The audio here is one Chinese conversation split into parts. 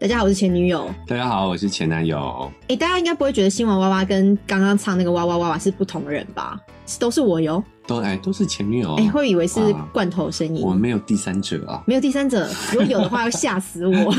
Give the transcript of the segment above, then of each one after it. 大家好，我是前女友。大家好，我是前男友。哎、大家应该不会觉得新闻娃娃跟刚刚唱那个哇哇哇哇是不同人吧？是都是我哟。都哎、都是前女友，哎、会以为是哇罐头声音我。们没有第三者啊。没有第三 者，如果有的话要吓死我！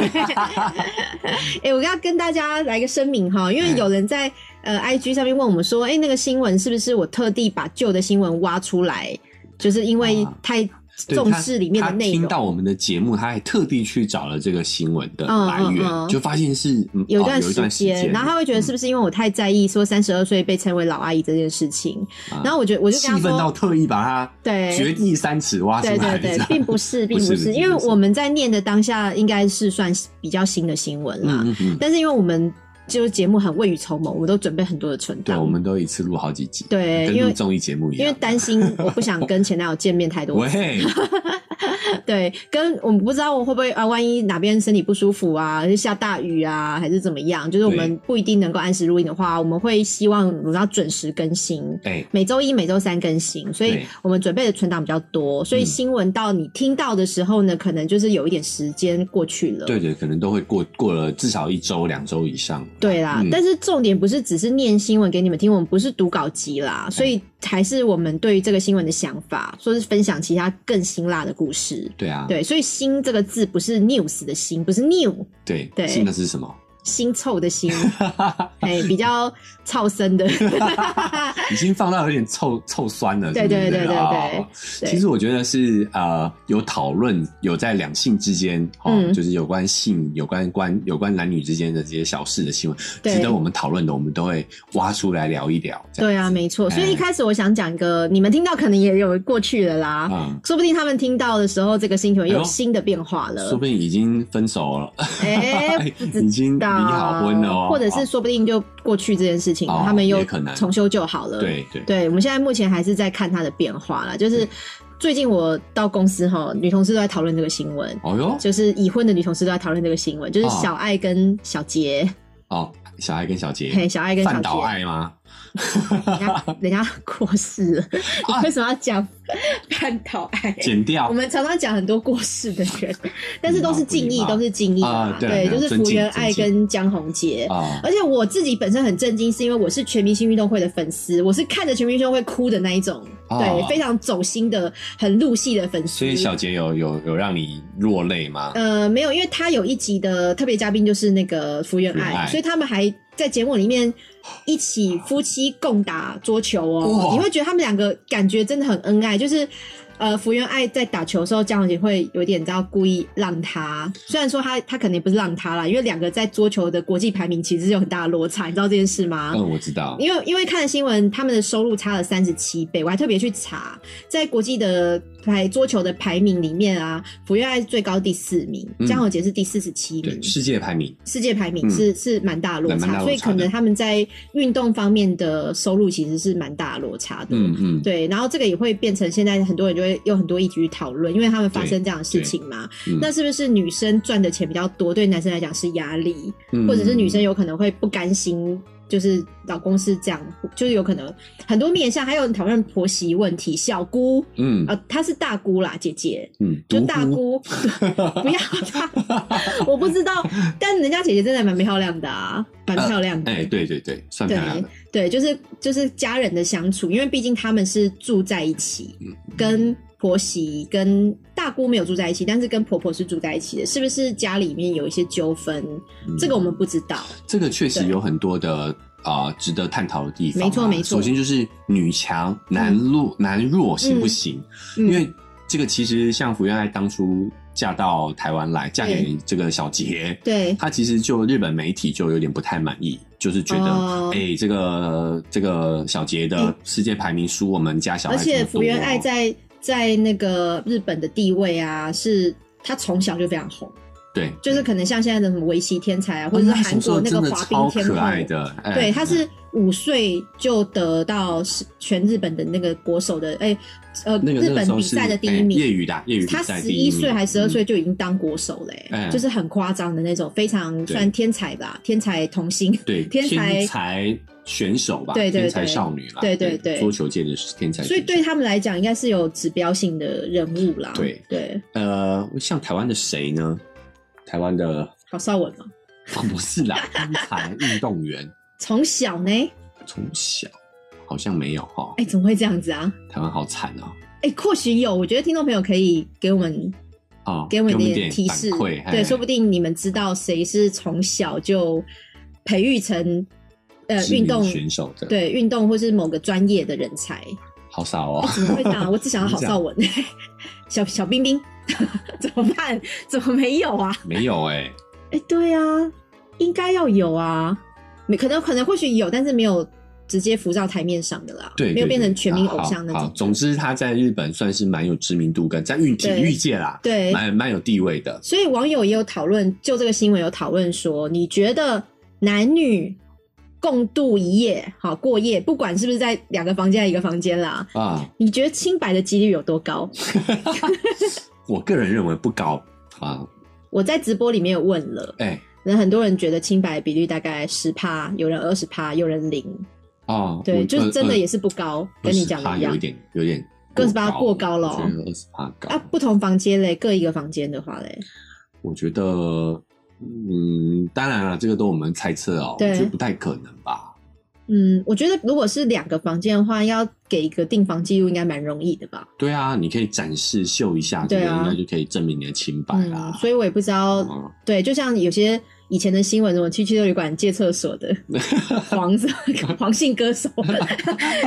哎、我要跟大家来个声明哈，因为哎有人在呃 IG 上面问我们说，哎、那个新闻是不是我特地把旧的新闻挖出来，就是因为啊太对重他视里面的他内听容。到我们的节目，他还特地去找了这个新闻的嗯来源，嗯嗯就发现是、嗯有一哦段有一时段时嗯间，然后他会觉得是不是因为我太在意说三十二岁被称为老阿姨这件事情，啊然后我觉得我就气跟他愤到说，特意把他对决地三尺挖出对来，对对，这样并不是，并不 不是是，因为不是我们在念的当下应该是算比较新的新闻啦，嗯嗯嗯，但是因为我们就是节目很未雨绸缪，我们都准备很多的存对，档，我们都一次录好几集，对跟因为录综艺节目一因为样。 担心我不想跟前男友见面太多次，喂，对，跟我们不知道我会不会啊，万一哪边身体不舒服啊，还是下大雨啊，还是怎么样，就是我们不一定能够按时录音的话，我们会希望我们要准时更新。哎，每周一、每周三更新，所以对我们准备的存档比较多，所以嗯新闻到你听到的时候呢，可能就是有一点时间过去了。对对，可能都会过过了至少一周、两周以上。对啦，嗯但是重点不是只是念新闻给你们听，我们不是读稿集哦啦，所以还是我们对于这个新闻的想法，说是分享其他更辛辣的故事。对啊，对，所以“新”这个字不是 news 的“新”，不是 new 对对新的是什么？腥臭的“ 腥”，哎，比较超生的。已经放到有点臭臭酸了。对对是不对是对对哦对其实我觉得是呃，有讨论，有在两性之间，哦，嗯就是有关性、有关关、有关男女之间的这些小事的新闻，对值得我们讨论的，我们都会挖出来聊一聊。这样对啊，没错。所以一哎开始我想讲一个，你们听到可能也有过去了啦，嗯，说不定他们听到的时候，这个星球哎有呦新的变化了说。不定已经分手了， 哎、不知已经离道好婚了哦，或者是说不定就过去这件事情了，哦他们又也可能重修旧好了。哦对嗯对对，我们现在目前还是在看它的变化啦，就是最近我到公司哈，女同事都在讨论这个新闻。哦哟就是已婚的女同事都在讨论这个新闻，就是哦小爱跟小杰，哦，小爱跟小杰嘿，，小爱跟小范岛杰，爱吗？人家人家过世 了，啊你为什么要讲范岛爱？剪掉我们常常讲很多过世的 人，但是都是敬不礼意，貌都是敬意啊对啊对，对啊就是尊福敬原爱尊敬跟江宏杰。啊，而且我自己本身很震惊，是因为我是全明星运动会的粉丝，我是看着全明星运动会哭的那一种，哦对，非常走心的、很入戏的粉丝。所以小杰有有有让你落泪吗？呃没有，因为他有一集的特别嘉宾就是那个福原福原爱，爱所以他们还在节目里面一起夫妻共打桌球哦，哇你会觉得他们两个感觉真的很恩爱，就是。呃，福原爱在打球的时候，江宏杰会有点，你知道，故意让他。虽然说他他肯定不是让他啦，因为两个在桌球的国际排名其实是有很大的落差，你知道这件事吗？嗯，我知道，因为因为看了新闻，他们的收入差了三十七倍，我还特别去查，在国际的排桌球的排名里面啊，福原爱是最高第四名，嗯江宏杰是第四十七名对，，世界排名世界排名嗯是、是蛮大的落蛮差，大落差的所以可能他们在运动方面的收入其实是蛮大的落差的。嗯嗯，对，然后这个也会变成现在很多人就会有很多议题去讨论，因为他们发生这样的事情嘛。对嗯那是不是女生赚的钱比较多，对男生来讲是压力？嗯或者是女生有有可能会不甘心，就是老公是这样，就是有可能很多面向，还有讨论婆媳问题。小姑，嗯呃，她是大姑啦，姐姐嗯，就独大孤姑， 不要她，我不 知道，但人家姐姐真的蛮漂亮的啊，蛮漂亮的。哎，对对对，算漂亮对的，对，就是就是家人的相处，因为毕竟他们是住在一起，嗯跟婆媳跟大姑没有住在一起，但是跟婆婆是住在一起的，是不是家里面有一些纠纷？嗯这个我们不知道。这个确实对有很多的啊、值得探讨的地方啊。没错没错首先就是女强男弱、男弱行不行？嗯因为这个其实像福原爱当初嫁到台湾来，嫁给这个小杰，对，她其实就日本媒体就有点不太满意，就是觉得哎、哦诶这个这个小杰哎的世界排名输我们家小孩而这么多哦，且福原爱在在那个日本的地位啊，是她从小就非常红，对，就是可能像现在的什么围棋天才啊，或者是哦那韩小时候国那个真的滑超冰天可爱后。的，哎对，她是五岁就得到是全日本的那个国手的，哎、呃，那个日那个本时候比是赛的第哎一名。业余的啊业余比她赛十第一一名岁还十二嗯岁就已经当国手嘞、哎就是很夸张的那种，非常对算天才吧，天才童星。对，天才才选手吧，对对天才对少女啦，对对对桌球界的天才选手。所以对他们来讲，应该是有指标性的人物啦。对对，呃，像台湾的谁呢？台湾的 哦郝邵文嘛，不是啦，天才运动员，从小呢，从小好像没有哈、哎、怎么会这样子啊？台湾好惨哦、哎、或许有，我觉得听众朋友可以给我们哦，给我们们一点提反示馈，，哎对，嘿说不定你们知道谁是从小就培育成呃知运名动选手的，，对运动或是某个专业的人才，好少哦、怎么会这 样？啊我只想要郝邵文，小小冰 冰，怎么办？怎么没有啊？没有哎、哎、对啊，应该要有啊，没可能可能或许有，但是没有直接浮到台面上的啦，对对没有变成对全民好偶像那好好种。总之，他在日本算是蛮有知名度跟在运体对育界啦，对，蛮蛮有地位的。所以网友也有讨论，就这个新闻有讨论说，你觉得男女共度一夜，好过夜，不管是不是在两个房间、一个房间啦，啊，你觉得清白的几率有多高？我个人认为不高啊，我在直播里面有问了，哎、那很多人觉得清白的比率大概十趴，有人二十趴，有人零，哦，对，我就是真的也是不呃高，呃跟你讲的20%一有样一。点有点28过高了哦二十八高啊，，不同房间嘞，各一个房间的话嘞，我觉得，嗯，当然了，这个都我们猜测哦，我对觉得不太可能吧。嗯，我觉得如果是两个房间的话，要给一个订房记录应该蛮容易的吧。对啊，你可以展示秀一下，这个对啊应该就可以证明你的清白啦。嗯，所以我也不知道嗯对，就像有些以前的新闻，什么去汽车旅馆借厕所 的黄色黄姓歌手，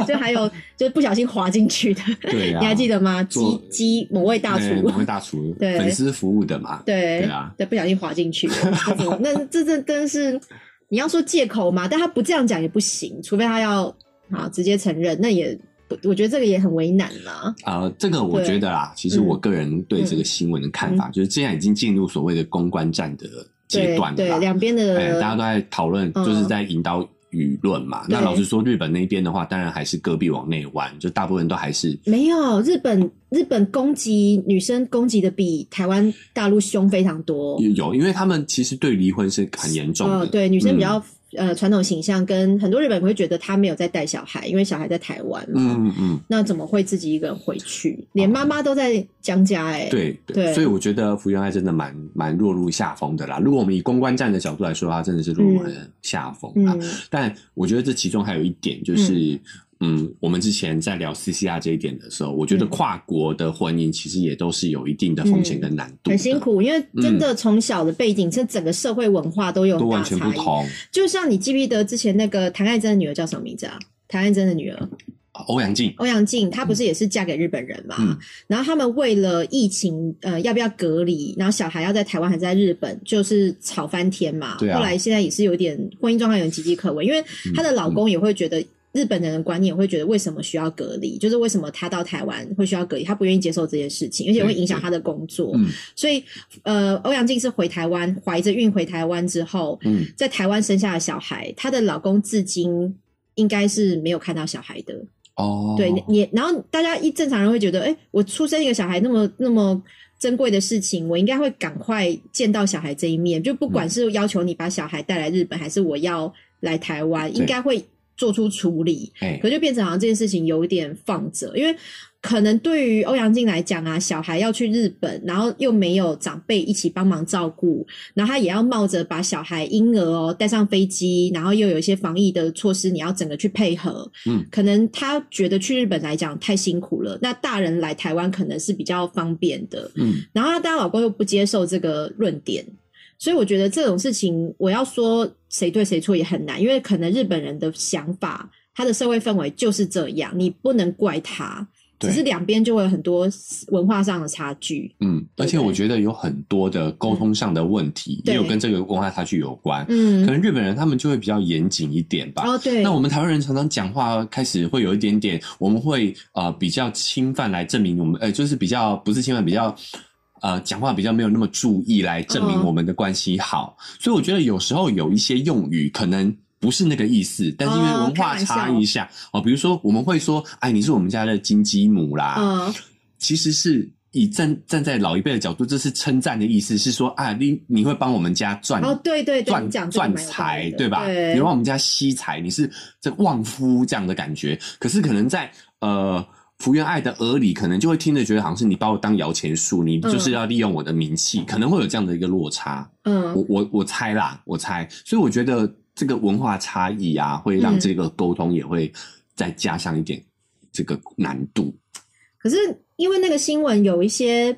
就还有就是不小心滑进去的，对啊，你还记得吗？鸡做鸡某位大对厨我，们大厨对粉丝服务的嘛， 对对啊，对，不小心滑进 去的，那怎么那这这真是你要说借口嘛？但他不这样讲也不行，除非他要啊直接承认，那也不，我觉得这个也很为难啦。呃，这个我对觉得啦，其实嗯我个人对这个新闻的看法，就是现在已经进入所谓的公关战的阶对段对了，啦。两边哎，的大家都在讨论，嗯就是在引导舆论嘛。那对老实说，日本那边的话，当然还是戈壁往内弯，就大部分都还是没有，日本日本攻击女生攻击的比台湾大陆凶非常多。有，因为他们其实对离婚是很严重的。哦，对，女生比嗯较、呃传统形象，跟很多日本人会觉得她没有在带小孩，因为小孩在台湾嘛，嗯嗯嗯，那怎么会自己一个人回去？连妈妈都在江家哎、对对，对所以我觉得福原爱真的蛮蛮落入下风的啦。如果我们以公关战的角度来说，她真的是落入很下风啦。嗯，但我觉得这其中还有一点就是，嗯我们之前在聊 CCR 这一点的时候，我觉得嗯跨国的婚姻其实也都是有一定的风险跟难度、很辛，苦，因为嗯真的从小的背景，这、整个社会文化都有很都大完全差不异。同。就像你记不记得之前那个谭爱珍的女儿叫什么名字啊？谭爱珍的女儿欧阳靖，欧阳靖，她不是也是嫁给日本人嘛？嗯，然后他们为了疫情，呃，要不要隔离？然后小孩要在台湾还是在日本，就是吵翻天嘛。对啊嗯后来现在也是有点婚姻状况有点岌岌可危，因为她的老公也会觉得。日本人的观念也会觉得为什么需要隔离，就是为什么她到台湾会需要隔离，她不愿意接受这件事情，而且会影响她的工作。嗯所以，呃，欧阳靖是回台湾，怀着孕回台湾之后，嗯，在台湾生下的小孩，她的老公至今应该是没有看到小孩的。哦，对你，你然后大家一正常人会觉得，哎、我出生一个小孩那么那么珍贵的事情，我应该会赶快见到小孩这一面。就不嗯管是要求你把小孩带来日本，还是我要来台湾，对应该会做出处理。哎可，就变成好像这件事情有一点放着，因为可能对于欧阳靖来讲啊，小孩要去日本，然后又没有长辈一起帮忙照顾，然后他也要冒着把小孩婴儿哦带上飞机，然后又有一些防疫的措施，你要整个去配合。嗯，可能他觉得去日本来讲太辛苦了，那大人来台湾可能是比较方便的。嗯，然后她当然老公又不接受这个论点，所以我觉得这种事情，我要说谁对谁错也很难，因为可能日本人的想法，他的社会氛围就是这样，你不能怪他，对只是两边就会有很多文化上的差距。嗯，而且对嗯我觉得有很多的沟通上的问题，对也有跟这个文化差距有关。可嗯，能日本人他们就会比较严谨一点吧。哦对，那我们台湾人常常讲话开始会有一点点，我们会呃比较侵犯来证明我们，呃，就是比较不是侵犯，比较呃讲话比较没有那么注意来证明嗯我们的关系好。所以我觉得有时候有一些用语可能。不是那个意思，但是因为哦文开化玩笑差异下哦，比如说我们会说，哎，你是我们家的金鸡母啦，嗯，其实是以站站在老一辈的角度，这是称赞的意思，是说啊，你你会帮我们家赚哦对对对，你赚讲这个赚蛮有道财理，的对吧？对你帮我们家吸财，你是这旺夫这样的感觉。可是可能在呃福原爱的耳里可能就会听着觉得好像是你把我当摇钱树，你就是要利用我的名气，可能会有这样的一个落差。嗯我我我猜啦，我猜，所以我觉得这个文化差异啊，会嗯让这个沟通也会再加上一点这个难度。可是因为那个新闻有一些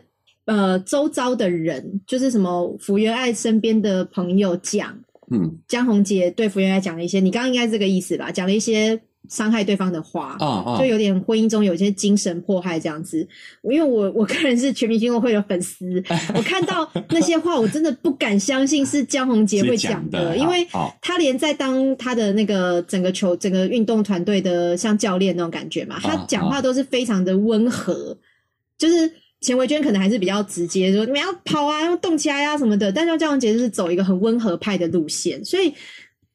呃周遭的人，就是什么福原爱身边的朋友讲，嗯，江宏杰对福原爱讲了一些，你刚刚应该是这个意思吧？讲了一些伤害对方的话，啊、啊、就有点婚姻中有一些精神迫害这样子。因为我我个人是全民运动会的粉 丝，我看到那些话，我真的不敢相信是江宏杰会讲是讲的哦因为好好他连在当他的那个整个球整个运动团队的像教练那种感觉嘛，他啊讲啊话都是非常的温和，就是。钱维娟可能还是比较直接，说你们要跑啊，要动起来啊什么的。但像江宏杰就是走一个很温和派的路线，所以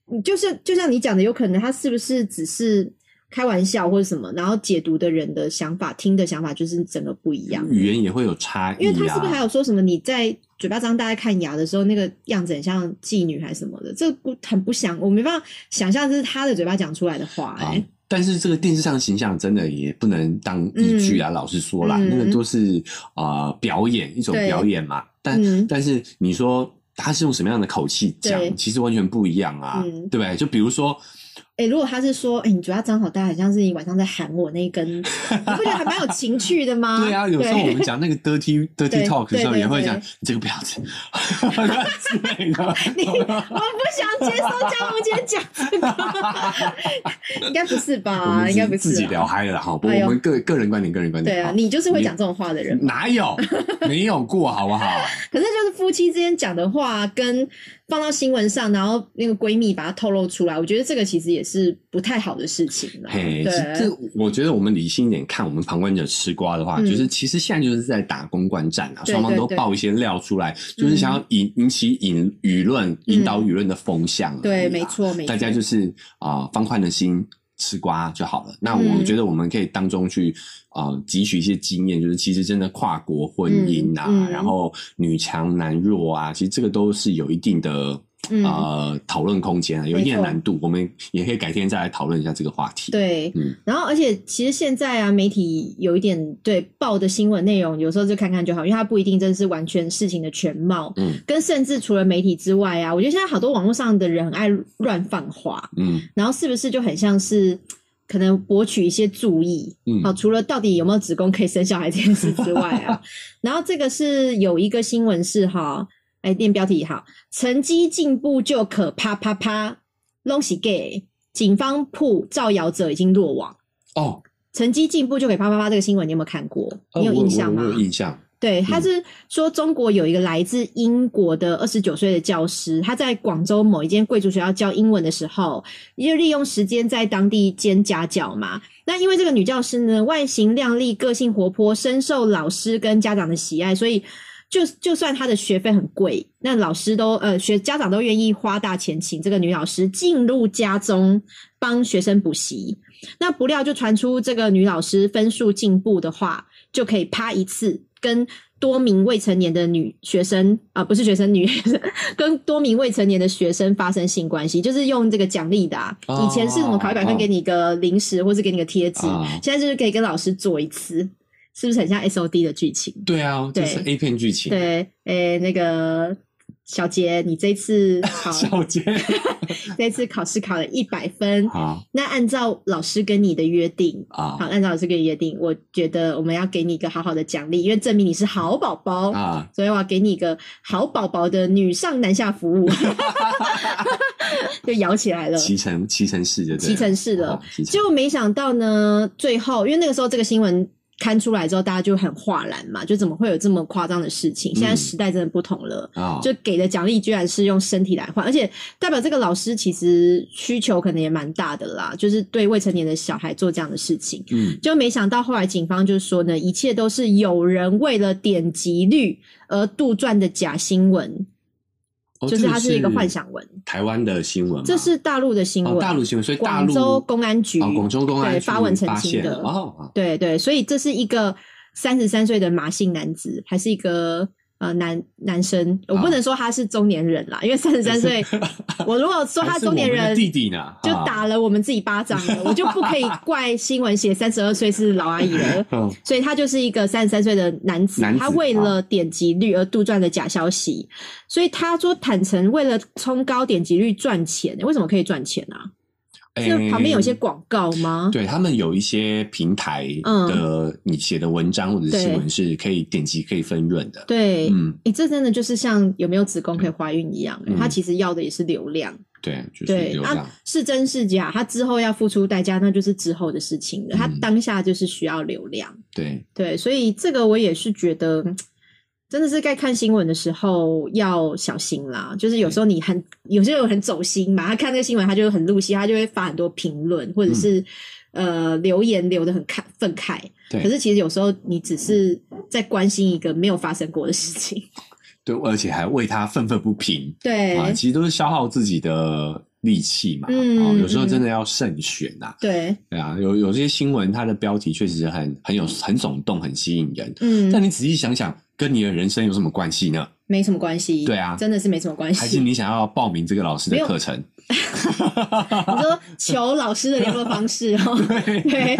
你就是就像你讲的，有可能他是不是只是开玩笑或者什么，然后解读的人的想法、听的想法就是整个不一样。语言也会有差异、因啊，为他是不是还有说什么你在嘴巴张大在看牙的时候，那个样子很像妓女还是什么的？这个不很不想，我没办法想象这是他的嘴巴讲出来的话、啊哎、但是这个电视上的形象真的也不能当依据啊，老实说啦，嗯那个都是啊、呃表演一种对表演嘛。但、嗯但是你说他是用什么样的口气对讲，其实完全不一样啊，嗯对不对？就比如说，哎、如果他是说，哎、你嘴巴张好大，很像是你晚上在喊我那一 根，你不觉得还蛮有情趣的吗？对啊，有时候我们讲那个 dirty 对 dirty talk 的时对候，对也会讲对你这个婊子 之类的。你我不想接受江宏杰讲这个， 应该不是我们吧？自应该 不是、啊。自己聊嗨了啦哈，不，哎呦我们个个人观点，个人观点。对啊，好你就是啊会讲这种话的人嘛。哪有 没有过好不好？可是就是夫妻之间讲的话，跟放到新闻上，然后那个闺蜜把它透露出来，我觉得这个其实也是不太好的事情了。嘿，对啊这这我觉得我们理性一点看，我们旁观者吃瓜的话，嗯就是其实现在就是在打公关战啊，对双方都对对嗯爆一些料出来，就是想要引引起引舆论、引导舆论的风向、啊对，没。错，没错。大家就是啊、呃放宽的心吃瓜就好了。那嗯我觉得我们可以当中去啊、呃汲取一些经验，就是其实真的跨国婚姻啊，嗯嗯然后女强男弱啊，其实这个都是有一定的。嗯呃，讨论空间啊，有一定的没错难度，我们也可以改天再来讨论一下这个话题。对，嗯然后而且其实现在啊，媒体有一点对报的新闻内容，有时候就看看就好，因为它不一定真是完全事情的全貌。嗯跟甚至除了媒体之外啊，我觉得现在好多网络上的人很爱乱放话，嗯然后是不是就很像是可能博取一些注意？好、嗯除了到底有没有子宫可以生小孩这件事之外 啊，然后这个是有一个新闻是哈，哎，念标题哈，成绩进步就可啪啪啪，拢是 gay，警方曝造谣者已经落网。哦，成绩进步就可以啪啪啪，这个新闻你有没有看过？呃你有我印象吗我？有印嗯象。对，他是说中国有一个来自英国的二十九岁的教师，他在广州某一间贵族学校教英文的时候，就利用时间在当地兼家教嘛。那因为这个女教师呢，外形靓丽，个性活泼，深受老师跟家长的喜爱，所以就就算她的学费很贵，那老师都呃学家长都愿意花大钱请这个女老师进入家中帮学生补习。那不料就传出这个女老师分数进步的话，就可以啪一次跟多名未成年的女学生啊、不是学生女 学生，跟多名未成年的学生发生性关系，就是用这个奖励的、啊。哦以前是什么考一百分哦给你个零食，或是给你个贴纸，啊现在就是可以跟老师做一次，是不是很像 S O D 的剧情？对啊，这是对 A 片剧情。， 对，诶、那个小杰，你这次考 小杰，这次考试考了一百分，好那按照老师跟你的约定，啊好，按照老师跟你约定，我觉得我们要给你一个好好的奖励，因为证明你是好宝宝。啊，所以我要给你一个好宝宝的女上男下服务， 就摇起来了。骑乘骑乘式的，骑乘式的哦，骑乘结果没想到呢，最后因为那个时候这个新闻刊出来之后，大家就很哗然嘛，就怎么会有这么夸张的事情？现在嗯时代真的不同了。啊，就给的奖励居然是用身体来换，而且代表这个老师其实需求可能也蛮大的啦，就是对未成年的小孩做这样的事情。嗯就没想到后来警方就说呢，一切都是有人为了点击率而杜撰的假新闻，哦就是这它是一个幻想文。台湾的新闻吗，这是大陆的新闻，哦大陆新闻，所以大广陆州公安局哦，广州公安对局发文澄发清现的了哦，对对，所以这是一个三十三岁的马姓男子，还是一个呃男男生，我不能说他是中年人啦，因为三十三岁，我如果 说他还是中年我们的人，弟弟呢，就啊打了我们自己巴掌了，我就不可以怪新闻写三十二岁是老阿姨了。嗯所以他就是一个三十三岁的男子，男子他为了点击率而杜撰的假消息，所以他说坦诚为了冲高点击率赚钱，为什么可以赚钱啊？是诶旁边有一些广告吗？哎对他们有一些平台嗯的你写的文章或者对新闻是可以点击可以分润的，对，诶，嗯，这真的就是像有没有子宫可以怀孕一样、嗯他其实要的也是流量。对，就是对，啊流那量，是真是假，他之后要付出代价，那就是之后的事情了。他嗯当下就是需要流量。对，对，所以这个我也是觉得，嗯真的是在看新闻的时候要小心啦。就是有时候你很，有些人很走心嘛，他看这个新闻，他就很入戏，他就会发很多评论，或嗯者是、呃留言留的很开愤慨。对可是其实有时候你只是在关心一个没有发生过的事情。对，而且还为他愤愤不平对，啊，其实都是消耗自己的力气嘛，嗯啊，有时候嗯真的要慎选呐，对，对啊，有有些新闻它的标题确实很很有很耸动，很吸引人，嗯，但你仔细想想，跟你的人生有什么关系呢？没什么关系。对啊真的是没什么关还是系。你想要报名这个老师没的有课程？ 你说求老师的联络方式哦， 对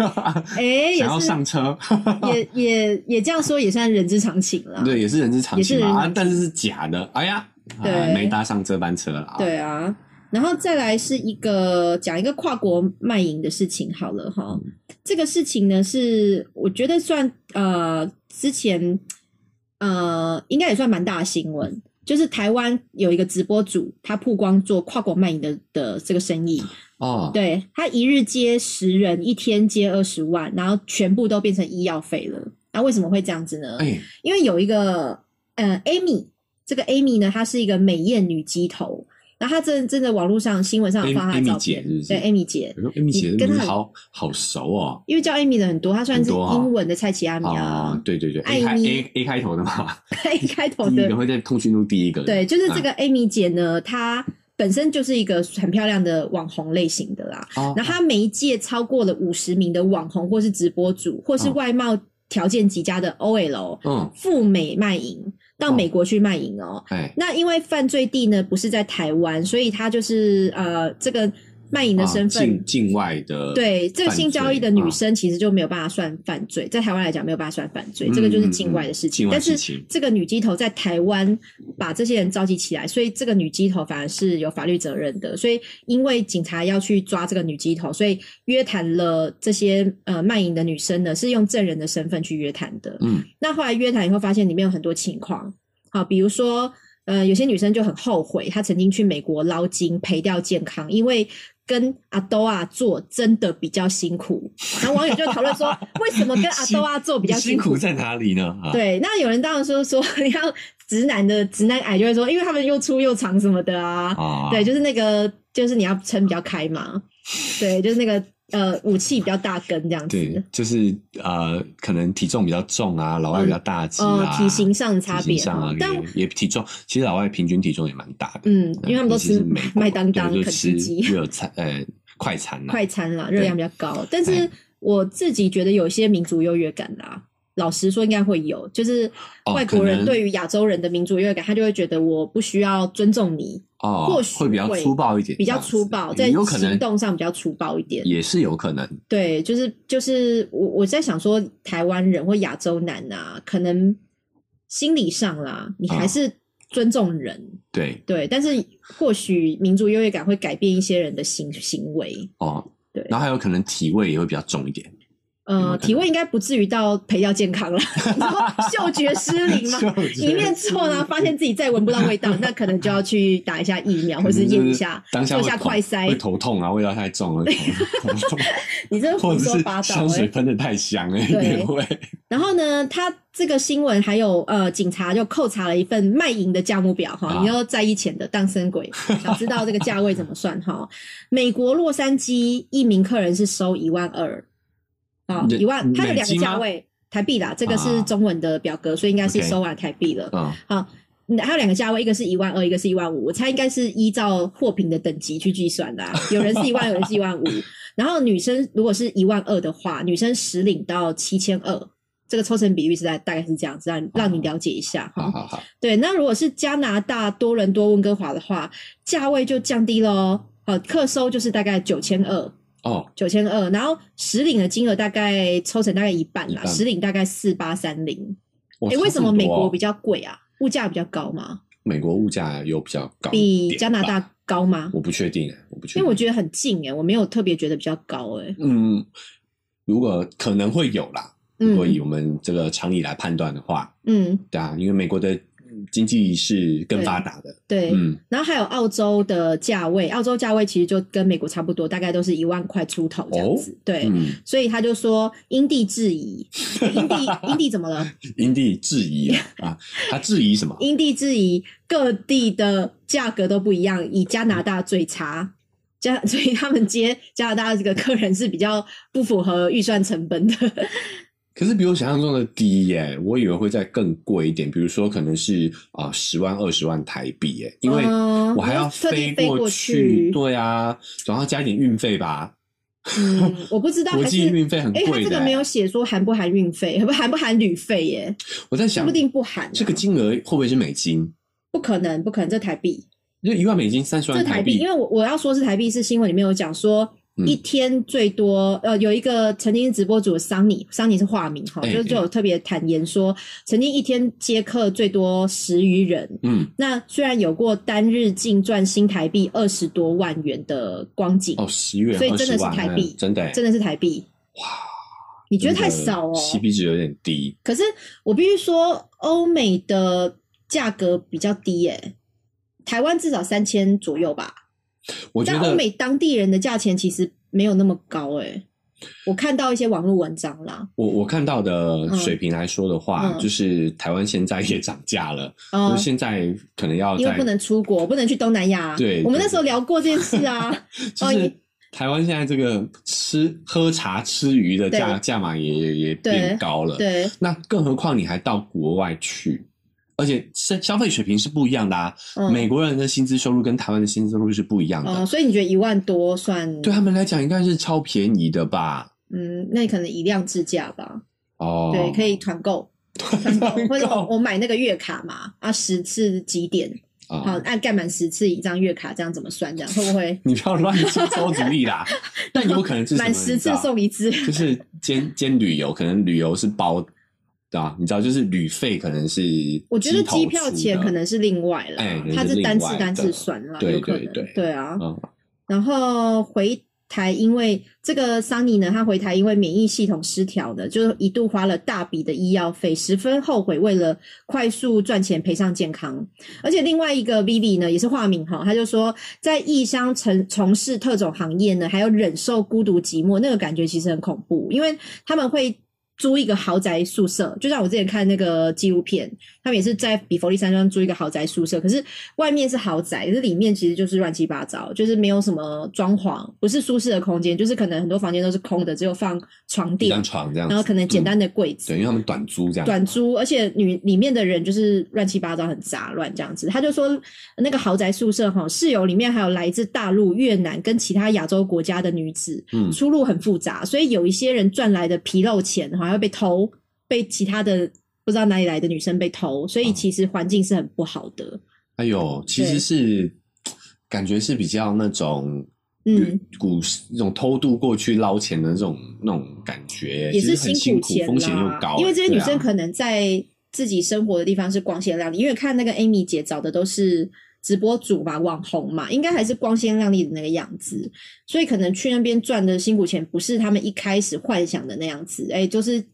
哎、也想要是，上车，也也也这样说也算人之常情啦。对，也是人之常情也是人之嘛。常啊情，但是是假的，哎呀，啊对没搭上这班车了啊。对啊，然后再来是一个讲一个跨国卖淫的事情好了哈。嗯这个事情呢是我觉得算呃之前呃应该也算蛮大的新闻，就是台湾有一个直播主他曝光做跨国卖淫的的这个生意，哦，对他一日接十人，一天接二十万，然后全部都变成医药费了。那为什么会这样子呢？哎，因为有一个呃，Amy，这个 Amy 呢，她是一个美艳女鸡头，然后她真真的网络上新闻上有放她的 Amy- Amy 照片，姐是不是嗯对，Amy 姐我，说 Amy 姐的跟名她字好好熟哦。因为叫 Amy 的很多，她虽然是很多啊英文的蔡奇阿米啊啊，，对对对艾，A 开米 A A 开头 的嘛，一开头第一的个，会在通讯录第一个。哦对，就是这啊个 Amy 姐呢，她本身就是一个很漂亮的网红类型的啦，哦然后她每一届超过了五十名的网红或是直播主，或是哦外貌条件极佳的 OL，嗯，赴美卖淫，到哦美国去卖淫哦哎，那因为犯罪地呢不是在台湾，所以他就是呃这个卖淫的啊身份，境境外的，对这个犯性交易罪的女啊生其实就没有办法算犯罪，在台湾来讲没有办法算犯罪，这个就是嗯境外的事情。境外但事是情这个女鸡头在台湾把这些人召集起来，所以这个女鸡头反而是有法律责任的。所以因为警察要去抓这个女鸡头，所以约谈了这些呃卖淫的女生呢，是用证人的身份去约谈的。嗯，那后来约谈以后，发现里面有很多情况，好，比如说，呃，有些女生就很后悔，她曾经去美国捞金赔掉健康，因为跟阿兜啊做真的比较辛苦。然后网友就讨论 说，为什么跟阿兜啊做比较你辛辛苦苦？在哪里呢？啊，对，那有人当然说说，你看直男的直男癌就会说，因为他们又粗又长什么的啊，啊，对，就是那个，就是你要撑比较开嘛，对，就是那个呃武器比较大根这样对子，，就是呃，可能体重比较重啊，老外比较大只哦、啊，体型上的差体型别上哈啊，，但也也体重，其实老外平均体重也蛮大的，嗯，因为他们都尤其吃是美国麦当当、对肯就德吃 基、热餐，呃，快餐呐，快餐啦，热量比较高。但是哎我自己觉得有些民族优越感啦，老实说应该会有，就是哦外国可人能对于亚洲人的民族优越感，他就会觉得我不需要尊重你，哦，或许会比较会粗暴一点，比较这样子嗯粗暴，在有可行能动上比较粗暴一点。也是有可能，对，就是就是我我在想说，台湾人或亚洲男啊，可能心理上啦，你还啊是尊重人。对对，但是或许民族优越感会改变一些人的行行为。哦，对然后还有可能体味也会比较重一点，有呃，可体味应该不至于到赔掉健 康了，你说嗅觉失灵吗？一面之后嗯呢，发现自己再闻不到味 道，那可能就要去打一下疫苗，或是验一下，嗯当下做一会下头快筛会。头痛啊，味道太重了，会头痛头 痛你这或胡者说是八道香欸水喷的太香了，对 也会。然后呢，他这个新闻还有呃，警察就扣查了一份卖淫的价目表哈，啊你要在意钱的当生鬼，想知道这个价位怎么算哈？美国洛杉矶一名客人是收一万二，啊，人一万，他有美两个金吗价位台币啦，这个是啊中文的表格，所以应该是 OK 收完台币了。嗯，好，嗯还有两个价位，一个是一万二，一个是一万五。我猜应该是依照货品的等级去计算的、啊，有人是一万，有人是一万五。然后女生如果是一万二的话，女生实领到七千二，这个抽成比率是在大概是这样子，让让你了解一下哈。好好好，对，那如果是加拿大多伦多温哥华的话，价位就降低喽。好，客收就是大概九千二，哦，九千二，然后实领的金额大概抽成大概一半啦，一半实领大概四八三零。我诶，为什么美国比较较贵啊？物价比较高吗？美国物价有比较高一点吧，比加拿大高吗？我不确定欸，我不确定，因为我觉得很近诶、我没有特别觉得比较高诶、嗯，如果可能会有啦，如果以嗯我们这个常理来判断的话，嗯，对啊，因为美国的经济是更发达的，对。嗯，然后还有澳洲的价位，澳洲价位其实就跟美国差不多，大概都是一万块出头这样子。对，嗯，所以他就说因地制宜，因地因地怎么了？因地制宜啊， 啊他质疑什么？因地制宜，各地的价格都不一样，以加拿大最差。加， 所以他们接加拿大这个客人是比较不符合预算成本的。可是比我想象中的低耶、我以为会再更贵一点，比如说可能是啊十、10万二十万台币耶、因为嗯我还要你特地飞飞过去。对啊，总要加一点运费吧，嗯，我不知道，国还是际运费很哎、他贵这的、个没有欸。写说含不含运费，不含不含旅费耶？我在说想不，定不含啊、这个金额会不会是美金？不可能，不可能，这台币，就一万美金三十这万台币，币因，为我我要说是台币，是新闻里面有讲说。嗯一天最多，呃，有一个曾经直播主桑尼，桑尼是化名哈，哎就就有特别坦言说，曾经一天接客最多十余人。嗯，那虽然有过单日净赚新台币二十多万元的光景，哦，十元所以二真十的是万台呢币真的欸、真的是台币，你觉得真太的少哦？ ，CP 值有点低。可是我必须说，欧美的价格比较低耶、台湾至少三千左右吧。我但觉欧得美当地人的价钱其实没有那么高哎、我看到一些网络文章啦，我我看到的嗯水平来说的话，嗯就是台湾现在也涨价了，就哦是，现在可能要因为在不能出国，不能去东南亚、对我们对那时候聊过这件事 啊。就哦是也台湾现在这个吃喝茶吃鱼的价对价码也也也对变高了。对，那更何况你还到国外去，而且消消费水平是不一样的啊。嗯，美国人的薪资收入跟台湾的薪资收入是不一样的，哦，所以你觉得一万多算？对他们来讲应该是超便宜的吧？嗯，那可能以量制价吧。哦，对，可以团购，团购 或者我够我买那个月卡嘛，啊，十次几点？好，啊！按盖满十次一张月卡，这样怎么算？这样会不会你不要乱出馊主 意啦。但有可能是什么满十你知次道送一次？就是兼兼旅游，可能旅游是包的啊，你知道，就是旅费可能是 我觉得鸡头机票出钱的可能是另外啦，哎它是是另单次外单次的算啦，对有可能对对啊。嗯然后回台，因为这个桑尼呢，他回台因为免疫系统失调呢，就一度花了大笔的医药费，十分后悔，为了快速赚钱赔上健康。而且另外一个 Vivi 呢，也是化名哈，他就说在异乡从从事特种行业呢，还有忍受孤独寂寞，那个感觉其实很恐怖，因为他们会。租一个豪宅宿舍，就像我之前看那个纪录片，他们也是在比佛利山庄租一个豪宅宿舍，可是外面是豪宅，可是里面其实就是乱七八糟，就是没有什么装潢，不是舒适的空间，就是可能很多房间都是空的，只有放床一垫张，床这样子，然后可能简单的柜子，对，因为他们短租这样，短租，而且女里面的人就是乱七八糟，很杂乱这样子。他就说，那个豪宅宿舍哈，室友里面还有来自大陆、越南跟其他亚洲国家的女子，嗯出入很复杂，所以有一些人赚来的皮肉钱哈，还会被偷，被其他的不知道哪里来的女生被偷，所以哦其实环境是很不好的。哎呦，其对实是感觉是比较那种。嗯，股市那种偷渡过去捞钱的那种那种感觉，也其实是很辛苦钱风险又啦，高，因为这些对女啊生可能在自己生活的地方是光鲜亮丽，因为看那个 Amy 姐找的都是直播主嘛、网红嘛，应该还是光鲜亮丽的那个样子，所以可能去那边赚的辛苦钱不是他们一开始幻想的那样子，哎，就是。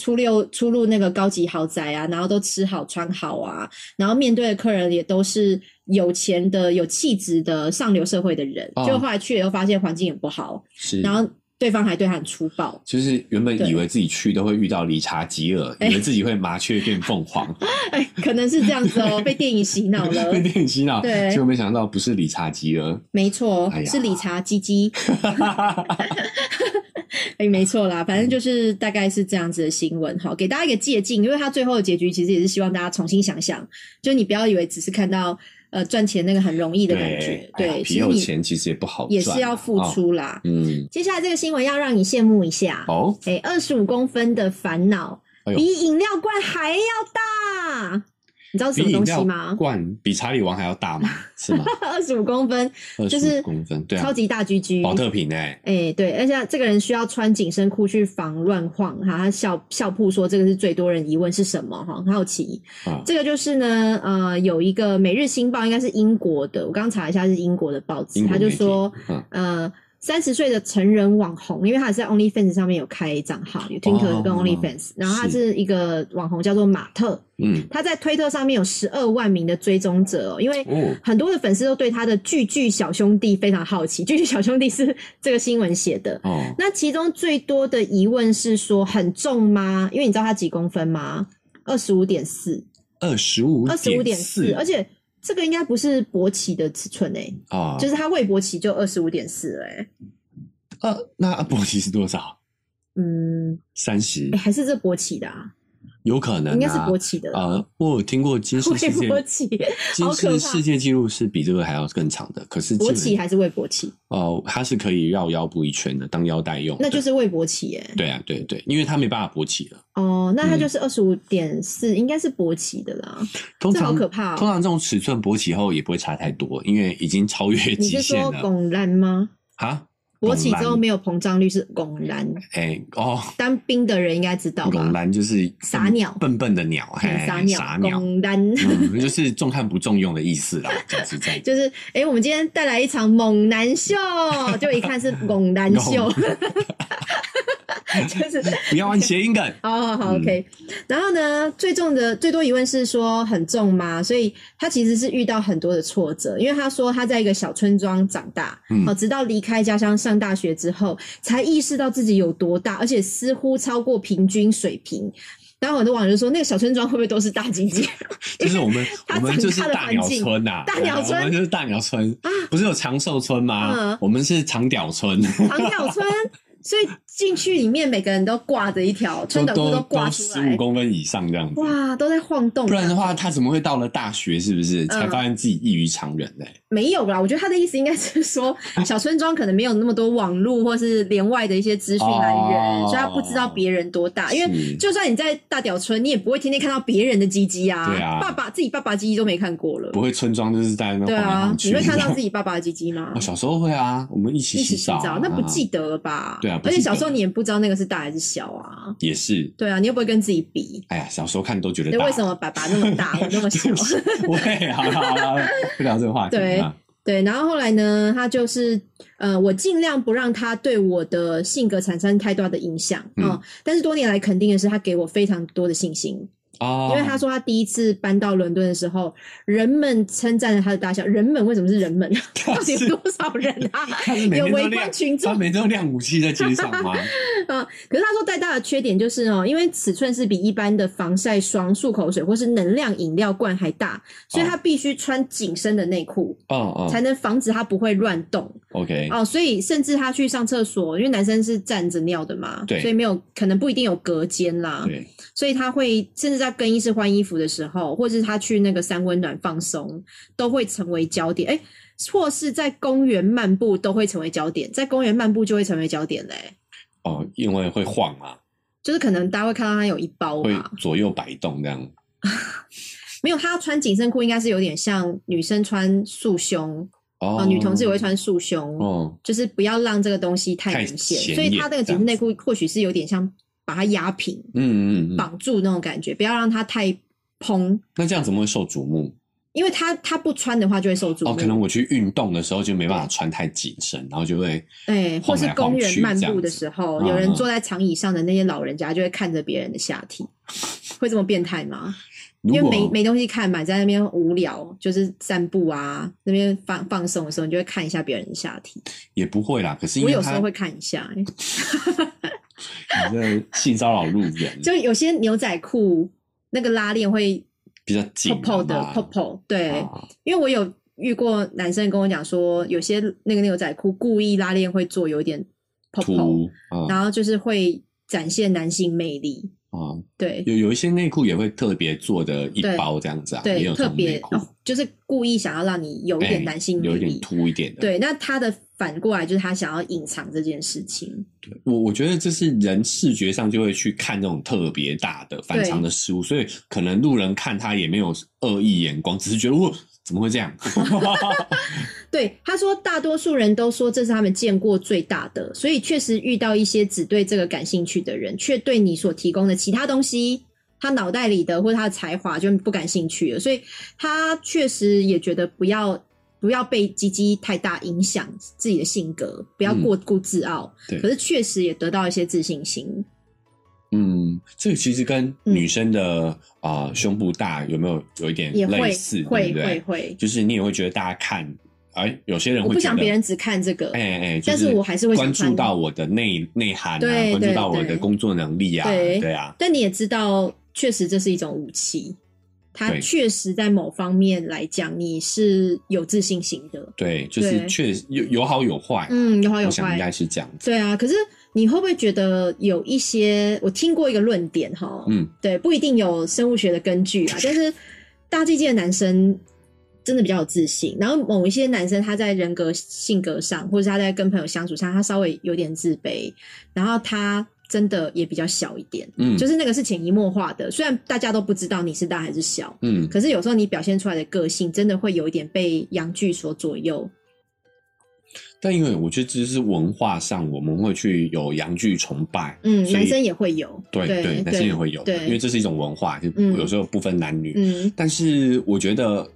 初六出入那个高级豪宅啊，然后都吃好穿好啊，然后面对的客人也都是有钱的、有气质的上流社会的人，哦结果后来去了又发现环境也不好，是，然后对方还对他很粗暴，就是原本对以为自己去都会遇到理查吉 尔，以为自己会麻雀变凤凰，哎，可能是这样子哦，被电影洗脑了 被。电影洗脑，对结果没想到不是理查吉尔，没错哎，呀是理查基 基。哎，没错啦，反正就是大概是这样子的新闻哈，给大家一个借鉴，因为他最后的结局其实也是希望大家重新想想，就你不要以为只是看到呃赚钱那个很容易的感觉，哎呀对，其皮实肉你钱其实也不好赚啊，也是要付哦。出啦。嗯，接下来这个新闻要让你羡慕一下，哦，哎，二十五公分的烦恼。哎呦比饮料罐还要大。你知道是比什么饮东西料吗？罐比查理王还要大嘛？是 吗？二十五公分，二就十是五公分，对啊超，级大居居。保特瓶哎、哎、对，而且这个人需要穿紧身裤去防乱晃哈。他校校铺说这个是最多人疑问是什么哈，很好奇。啊，这个就是呢，呃，有一个《每日新报》应该是英国的，我刚查一下是英国的报纸，英国他就媒体说，嗯，呃，三十岁的成人网红，因为他也是在 OnlyFans 上面有开账号，有 Twitter 跟哦 OnlyFans，、然后他是是一个网红叫做马特，嗯，他在推特上面有十二万名的追踪者哦，因为哦，很多的粉丝都对他的“巨巨小兄弟”非常好奇，“ 巨巨小兄弟”是这个新闻写的。哦，那其中最多的疑问是说很重吗？因为你知道他几公分吗？二十五点四，二十五二十五点四，而且且这个应该不是勃起的尺寸诶、啊，就是是他未勃起就二十五点四欸诶。呃，那勃起是多少？嗯，三十诶，还是这勃起的啊，有可能、啊，应该是勃起的，啊、我有听过金氏未世界勃起，金好可氏怕世界纪录是比这个还要更长的，可是基勃本起还是未勃起，哦，它是可以绕腰部一圈的，当腰带用的。那就是未勃起诶。对啊，对对，因为它没办法勃起了。哦，那他就是二十五点四，应该是勃起的啦，通这好常可怕通哦。常这种尺寸勃起后也不会差太多，因为已经超越你极是限说了拱栏吗？啊。勃起之后拱没有膨胀率是拱栏，哎、哦，当兵的人应该知道拱吧？蓝就是撒鸟笨笨的鸟，嘿嗯，撒撒尿，鸟，拱栏。嗯，就是重看不重用的意思啦，就是这 样。就是，哎、我们今天带来一场猛男秀，就一看是嗯猛男 秀， 就是不要玩谐音梗，好好好嗯，OK。然后呢，最重的最多疑问是说很重吗？所以他其实是遇到很多的挫折，因为他说他在一个小村庄长大，嗯哦，直到离开家乡上大学之后，才意识到自己有多大，而且似乎超过平均水平。然后很多网友就说，那个小村庄会不会都是大鸡鸡？就是 我们它我们长就是大的大环鸟境村呐，大对啊鸟村啊我们就是大鸟村，不是有长寿村吗嗯？我们是长屌村，长鸟村，所以进去里面每个人都挂着一条穿短裤都挂都出十五来，公分以上这样子，哇，都在晃动啊。不然的话，他怎么会到了大学是不是才嗯发现自己异于常人嘞？没有啦，我觉得他的意思应该是 说，小村庄可能没有那么多网络或是连外的一些资讯来源，哦所以他不知道别人多大。因为是就算你在大屌村，你也不会天天看到别人的鸡鸡啊。对啊爸爸自己爸爸鸡鸡都没看过了不。会村庄就是在那对边晃来啊晃，去。你会看到自己爸爸的鸡鸡吗我？小时候会啊，我们一起一起洗澡啊澡，，那不记得了吧？对啊不而记且得小时候你也不知道那个是大还是小啊。也是。对啊，你又不会跟自己比。哎呀，小时候看都觉得对，大。为什么爸爸那么大，我那么 小？喂，好了好了，不聊这个话题啊对了。对，然后后来呢，他就是呃，我尽量不让他对我的性格产生太大的影响啊、嗯哦但是多年来肯定的是，他给我非常多的信心，哦，因为他说他第一次搬到伦敦的时候，人们称赞了他的大小。人们为什么是人们？他到底是有多少人啊？ 他是每有天都围亮观群他众每天都亮武器在街上 吗？啊、可是他说最大的缺点就是哦，因为尺寸是比一般的防晒霜、漱口水或是能量饮料罐还大，哦所以他必须穿紧身的内裤，嗯才嗯能防止他不会乱动。 ，OK，哦，所以甚至他去上厕所，因为男生是站着尿的嘛，对所以没有可能不一定有隔间啦，对，所以他会甚至在更衣室换衣服的时候，或是他去那个三温暖放松，都会成为焦点。哎，或是在公园漫步都会成为焦点，在公园漫步就会成为焦点嘞、哦，因为会晃嘛，就是可能大家会看到他有一包会吧，左右摆动这样。没有他穿紧身裤，应该是有点像女生穿束胸啊、哦，女同志也会穿束胸，哦，就是不要让这个东西太太明显，显所以眼它那个这紧样身内裤或许是有点像把它压平、嗯嗯嗯嗯，绑住那种感觉，不要让它太蓬，那这样怎么会受瞩目？因为它它不穿的话就会受瞩目。哦，可能我去运动的时候就没办法穿太紧身，然后就会哎，或晃是来公晃园去漫这样步的子时候，嗯有人嗯坐在长椅上的那些老人家就会看着别人的下体，会这么变态吗？如因为果没没东西看嘛，在那边无聊，就是散步啊，那边放放松的时候，你就会看一下别人的下体。也不会啦，可是因我为有时他候会看一下、哎你这性骚扰路人就有些牛仔裤那个拉链会比较紧泡啊泡的嘛泡泡，对，啊因为我有遇过男生跟我讲说，有些那个牛仔裤故意拉链会做有点泡泡，凸啊然后就是会展现男性魅力，啊，对有有一些内裤也会特别做的一对包这样子啊，也对，有这特种内别哦裤哦，就是故意想要让你有一哎点男性魅有一点力，凸一点的，对，那他的反过来就是他想要隐藏这件事情。我我觉得这是人视觉上就会去看那种特别大的反常的事物，所以可能路人看他也没有恶意眼光，只是觉得我怎么会这样？ 对，他说大多数人都说这是他们见过最大的，所以确实遇到一些只对这个感兴趣的人，却对你所提供的其他东西，他脑袋里的或他的才华就不感兴趣了，所以他确实也觉得不要不要被鸡鸡太大影响自己的性格，不要过度自傲，对可是确实也得到一些自信心。嗯，这个其实跟嗯女生的啊、呃胸部大有没有有一点也会类似，会对不会对？会，就是你也会觉得大家看，哎，有些人我会不觉想得别人只看这个，哎哎哎，就但是我还是会想关注看到我的内内涵啊，对关注对到我对的工作能力啊，对对啊，但你也知道，确实这是一种武器，它对确实在某方面来讲，你是有自信心的。对，就是对确实有有好有坏，嗯，有好有我想应该坏。是这样子，对啊，可是你会不会觉得有一些？我听过一个论点哈，嗯，对，不一定有生物学的根据啊，但是大地界的男生真的比较有自信，然后某一些男生他在人格性格上，或者是他在跟朋友相处上，他稍微有点自卑，然后他真的也比较小一点，嗯，就是是那个是潜移默化的，虽然大家都不知道你是大还是小，嗯，可是有时候你表现出来的个性，真的会有一点被阳具所左右。但因为我觉得这是文化上我们会去有洋剧崇拜，嗯，所以男生也会有，对对对，男生也会有的，对，因为这是一种文化，就嗯有时候不分男女，嗯，但是我觉得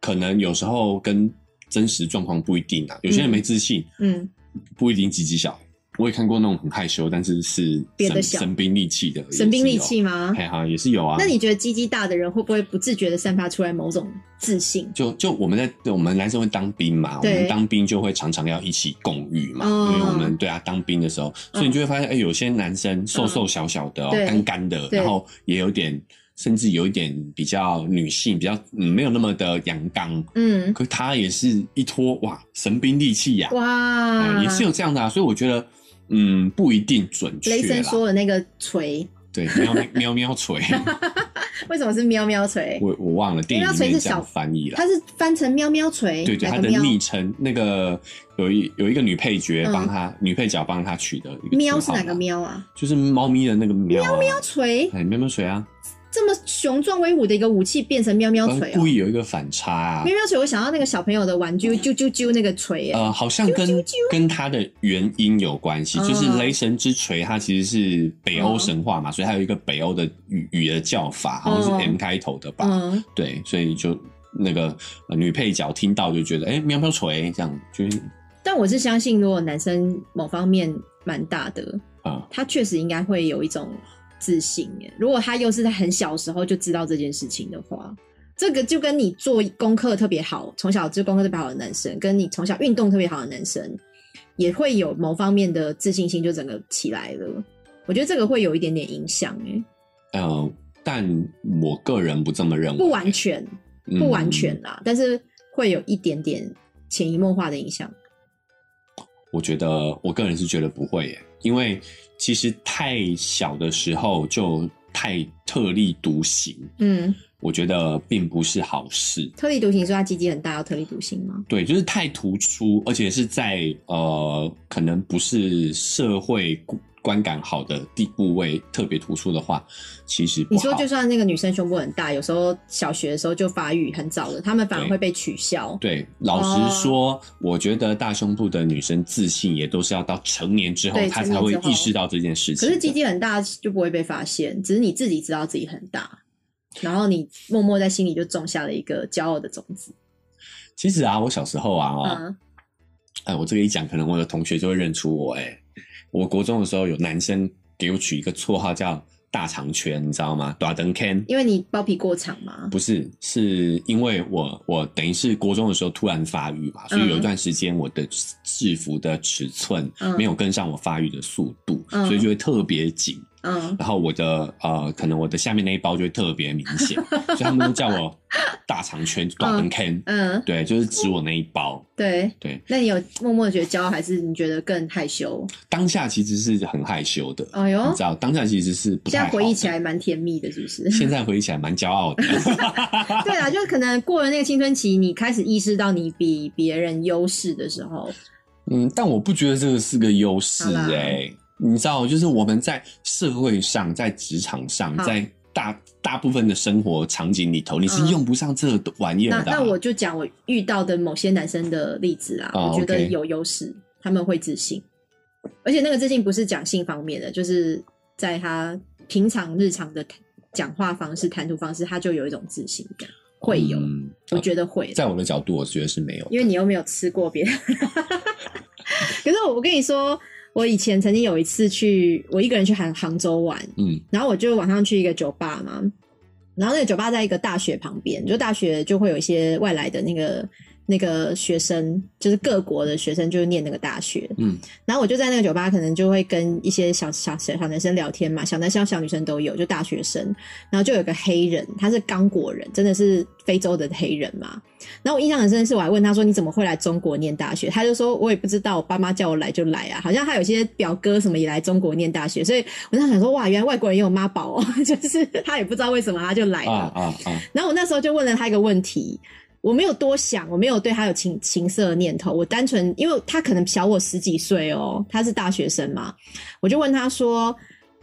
可能有时候跟真实状况不一定啊，有些嗯人没自信，嗯，不一定鸡鸡小。我也看过那种很害羞，但是是变得神小神兵利器的，神兵利也器是吗有，？哎哈，也是有啊。那你觉得鸡鸡大的人会不会不自觉的散发出来某种自信？就就我们在我们男生会当兵嘛，我对们当兵就会常常要一起共浴嘛，哦因为我们对啊当兵的时候，所以你就会发现，哎、有些男生瘦瘦小小的、哦，对干干的，对然后也有点，甚至有一点比较女性，比较、嗯、没有那么的阳刚，嗯，可他也是一脱哇，神兵利器啊呀、哇，哎也是有这样的啊，所以我觉得，嗯，不一定准确雷神啦。说的那个锤，对，喵喵 喵喵 锤，为什么是喵喵锤？我我忘了电影里面这样翻译了它。是翻成喵喵锤，对对，哪他个的喵昵称那个有一有一个女配角嗯帮他、女配角帮他取的一个喵绰是号哪个嘛？喵啊？就是猫咪的那个喵、啊、喵喵，锤哎，喵喵锤啊，这么雄壮威武的一个武器变成喵喵呃锤、哦，故意有一个反差啊喵，喵锤，我想到那个小朋友的玩具，啾啾啾那个锤、欸，呃，好像跟跟他的原因有关系，就是哦雷神之锤，它其实是北欧哦神话嘛，所以它有一个北欧的语语的叫法，好像哦是 M 开头的吧？嗯，对，所以就那个、呃女配角听到就觉得，哎、喵喵锤这样，就是但我是相信，如果男生某方面蛮大的，啊、他确实应该会有一种自信、欸。如果他又是在很小的时候就知道这件事情的话，这个就跟你做功课特别好，从小就功课特别好的男生，跟你从小运动特别好的男生，也会有某方面的自信心就整个起来了。我觉得这个会有一点点影响，哎，呃，但我个人不这么认为，不完全，嗯不完全啦，但是会有一点点潜移默化的影响。我觉得我个人是觉得不会耶，因为其实太小的时候就太特立独行，嗯，我觉得并不是好事。特立独行，说他鸡鸡很大，要特立独行吗？对，就是太突出，而且是在呃，可能不是社会观观感好的地部位特别突出的话，其实不你好。说，就算那个女生胸部很大，有时候小学的时候就发育很早了，她们反而对会被取笑。对，老哦实说，我觉得大胸部的女生自信也都是要到成年之后，对她成才年会之后意识到这件事情可的。是鸡鸡很大就不会被发现，只是你自己知道自己很大，然后你默默在心里就种下了一个骄傲的种子。其实啊，我小时候啊、哦，嗯，哎，我这个一讲，可能我的同学就会认出我、哎，我国中的时候有男生给我取一个绰号叫“大长圈”，你知道吗？短灯 Ken 因为你包皮过长嘛。不是，是因为我我等于是国中的时候突然发育嘛，所以有一段时间我的制服的尺寸嗯没有跟上我发育的速度，嗯所以就会特别紧。嗯，然后我的呃，可能我的下面那一包就会特别明 显，所以他们都叫我大长圈短灯 Ken，、嗯，对，就是指我那一包。对。对，那你有默默地觉得骄傲，还是你觉得更害羞？当下其实是很害羞的，哎呦你知道，当下其实是不现太在好的回忆起来，蛮甜蜜的，是不是？ 现在回忆起来蛮骄傲的。对啊，就是可能过了那个青春期，你开始意识到你比别人优势的时候，嗯，但我不觉得这个是个优势好啦哎，你知道，就是我们在社会上、在职场上、好在大大部分的生活场景里头，你是嗯用不上这玩意那儿的啊、那我就讲我遇到的某些男生的例子啊，哦我觉得 OK 有优势，他们会自信，而且那个自信不是讲性方面的，就是在他平常日常的讲话方式、谈吐方式，他就有一种自信感，会有，嗯我觉得会，在我的角度，我觉得是没有。因为你又没有吃过别人。 可是我跟你说，我以前曾经有一次去，我一个人去杭杭州玩，嗯然后我就晚上去一个酒吧嘛，然后那个酒吧在一个大学旁边，就大学就会有一些外来的那个那个学生，就是各国的学生，就是念那个大学。嗯，然后我就在那个酒吧，可能就会跟一些小小小小男生聊天嘛，小男生、小女生都有，就大学生。然后就有个黑人，他是刚果人，真的是非洲的黑人嘛。然后我印象很深的是，我还问他说：“你怎么会来中国念大学？”他就说：“我也不知道，我爸妈叫我来就来啊。”好像他有些表哥什么也来中国念大学，所以我在想说：“哇，原来外国人也有妈宝哦！” 就是他也不知道为什么他就来了。啊啊啊！然后我那时候就问了他一个问题，我没有多想，我没有对他有情情色的念头，我单纯因为他可能小我十几岁哦，他是大学生嘛，我就问他说：“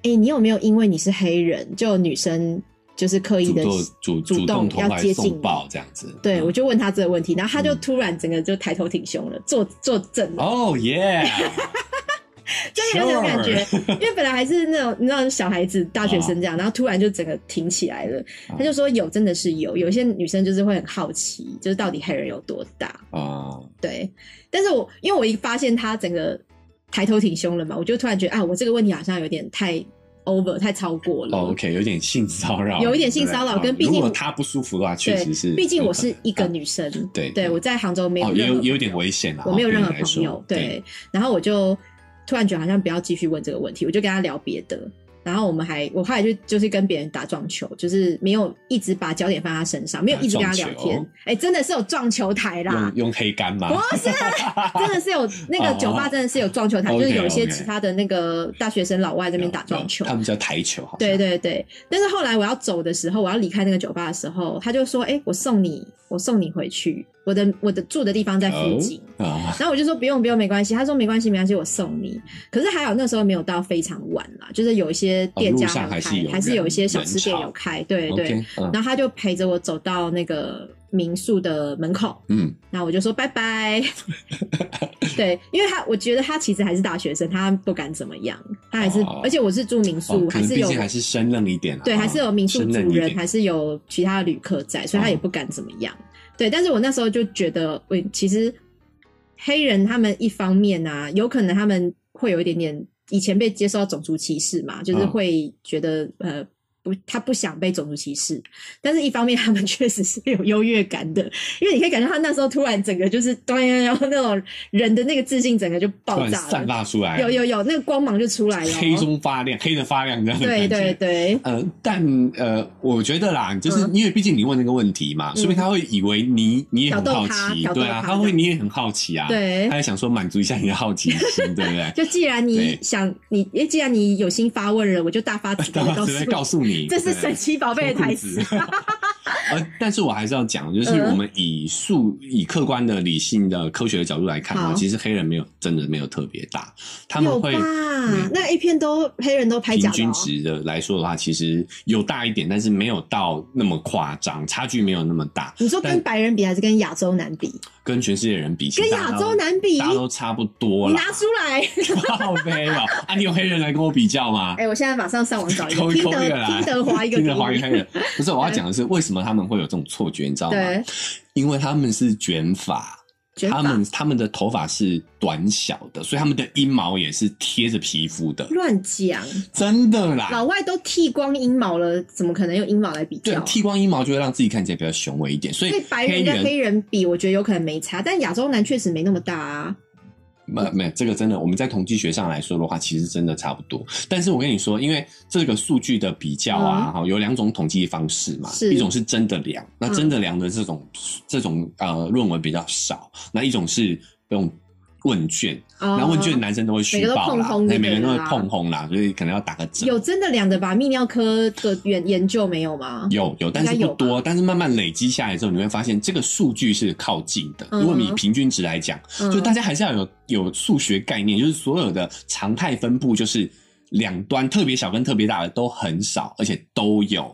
哎、你有没有因为你是黑人，就有女生就是刻意主的动主主主动动投要怀接近送你抱这样子？”对，嗯我就问他这个问题，然后他就嗯突然整个就抬头挺胸了，坐坐正了，哦耶，就是有那种感觉，因为本来还是那种你知道小孩子、大学生这样，然后突然就整个挺起来了。啊他就说有，真的是有，有一些女生就是会很好奇，就是到底黑人有多大。 啊，对，但是我因为我一发现他整个抬头挺胸了嘛，我就突然觉得啊，我这个问题好像有点太 over 太超过了。哦 OK，有点性骚扰，有一点性对骚扰跟嗯毕竟如果他不舒服的话，确对实是，，啊毕竟我是一个女生，对对我在杭州没有哦，也任何有也有点危险啊，我没有对任你何来朋说友，对，然后我就突然觉得好像不要继续问这个问题，我就跟他聊别的。然后我们还，我后来就就是跟别人打撞球，就是没有一直把焦点放在他身上，没有一直跟他聊打撞球天。哎、真的是有撞球台啦用，用黑杆吗？不 是，真的是有那个酒吧，真的是有撞球台，哦就是有 OK，一些 OK 其他的那个大学生老外在那边打撞球有有。他们叫台球，好像对对对，但是后来我要走的时候，我要离开那个酒吧的时候，他就说：“哎、我送你，我送你回去。我的我的住的地方在附近。啊，然后我就说不用不用，没关系。他说没关系没关系，我送你。可是还好那时候没有到非常晚啦，就是有一些店家哦路上还开，还是有人还是有一些小吃店有开，对对 OK，嗯然后他就陪着我走到那个民宿的门口，嗯，然后我就说拜 拜。对，因为他我觉得他其实还是大学生，他不敢怎么样，他还是、哦而且我是住民宿，哦可还能是毕有竟还是生冷一点啊，对，还是有民宿生冷主一人，点哦还是有其他的旅客在，所以他也不敢怎么样。对，但是我那时候就觉得，我其实黑人他们一方面啊，有可能他们会有一点点以前被接受到种族歧视嘛，就是嗯会觉得、呃。不，他不想被种族歧视，但是一方面他们 确实是有优越感的，因为你可以感觉他那时候突然整个就是咚咚咚咚那种人的那个自信整个就突爆然炸散了，发出来，有有有那个光芒就出来了哦，黑中发亮，黑的发亮这样的对感觉对对，呃，但呃，我觉得啦，就是嗯因为毕竟你问那个问题嘛，说明他会以为你你也很好挑逗奇他，对挑逗他啊，他会你也很好奇啊，，对，他也想说满足一下你的好奇心，对不对？ 就既然你对想你，诶既然你有心发问了，我就大 发慈悲大地家告诉直接你，告诉你，这是对神奇宝贝的台词。脱裤子呃，但是我还是要讲，就是嗯我们以数以客观的、理性的、科学的角度来看好啊，其实黑人没有真的没有特别大，他有们吧会。？嗯那 A 片都黑人都拍假平的、均哦，值的来说的话，其实有大一点，但是没有到那么夸张，差距没有那么大。你说跟但白人比还是跟亚洲男比？跟全世界人比，其跟实大亚家洲都男比，大家都差不多你啦。拿出 来。靠背了啊！你有黑人来跟我比较吗哎、？我现在马上上网找一抠个，听抠一个 得来，听得华一个，嗯听得华一个黑 人。不是我要讲的是，为什么他们会有这种错觉，你知道吗？对，因为他们是卷发，卷他发们他们的头发是短小的，所以他们的阴毛也是贴着皮肤的，乱讲，真的老啦。外都剃光阴毛了，怎么可能用阴毛来比对较，啊？剃光阴毛就会让自己看起来比较雄伟一点，所以所以白人跟黑人比，我觉得有可能没差，但亚洲男确实没那么大啊。没呃没，这个真的，我们在统计学上来说的话，其实真的差不多。但是我跟你说，因为这个数据的比较啊，哈、有两种统计方式嘛，嗯是嗯一种是真的量，那真的量的这种、这种呃论文比较少，那一种是用问卷，然然后问卷男生都会哦每虚个都报碰啦，轰就哎每个人都对会了啦碰轰啦，所以可能要打个折。有真的两个吧？泌尿科的研研究没有吗？有有，但是应该不有吧多，但是慢慢累积下来之后，你会发现这个数据是靠近的。嗯如果你以平均值来讲，嗯就大家还是要有有数学概念，就是所有的常态分布，就是两端特别小跟特别大的都很少，而且都有，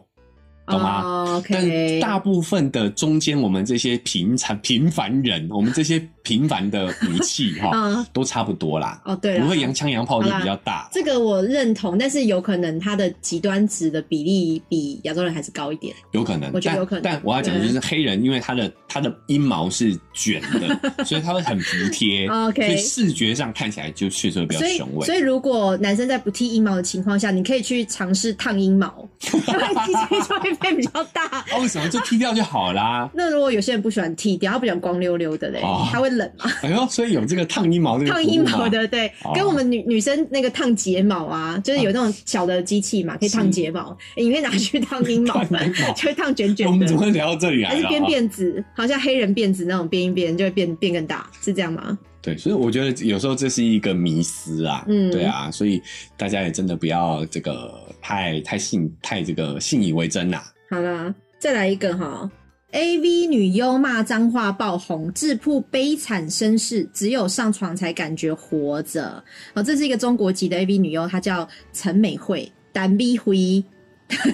懂吗？哦但？OK，大部分的中间，我们这些平常平凡人，我们这些平凡的武器哈，嗯都差不多啦。哦对不会了洋。枪洋炮就好啦比较大，这个我认同，但是有可能它的极端值的比例比亚洲人还是高一点。有可能。我觉得有可能但但我要讲的就对是黑人，因为他的他的阴毛是卷 的，所以他会很服帖 OK 所以视觉上看起来就确实会比较所以雄，伟所。以如果男生在不剃阴毛的情况下，你可以去尝试烫阴 毛，因为机器就会变比较大。哦，为什么就剃掉就 好啦？那如果有些人不喜欢剃掉，他不喜欢光溜溜的嘞，哦他会冷嘛？哎呦，所以有这个烫阴毛这个烫阴服务毛嘛，的，对，哦跟我们女女生那个烫睫毛啊，就是有那种小的机器嘛，可以烫睫毛，诶你可以拿去烫 阴毛烫阴毛，就会烫卷我卷们怎么的。会聊到这里来还是了啊？编辫子，好像黑人辫子那种编一编就会变变更大，是这样吗？对，所以我觉得有时候这是一个迷思啊，嗯对啊，所以大家也真的不要这个太太信太这个信以为真啊啦、好啦，再来一个哈。A V 女优骂脏话爆红，智铺悲惨身世，只有上床才感觉活着。好，这是一个中国籍的 A V 女优，她叫陈美惠，单逼灰，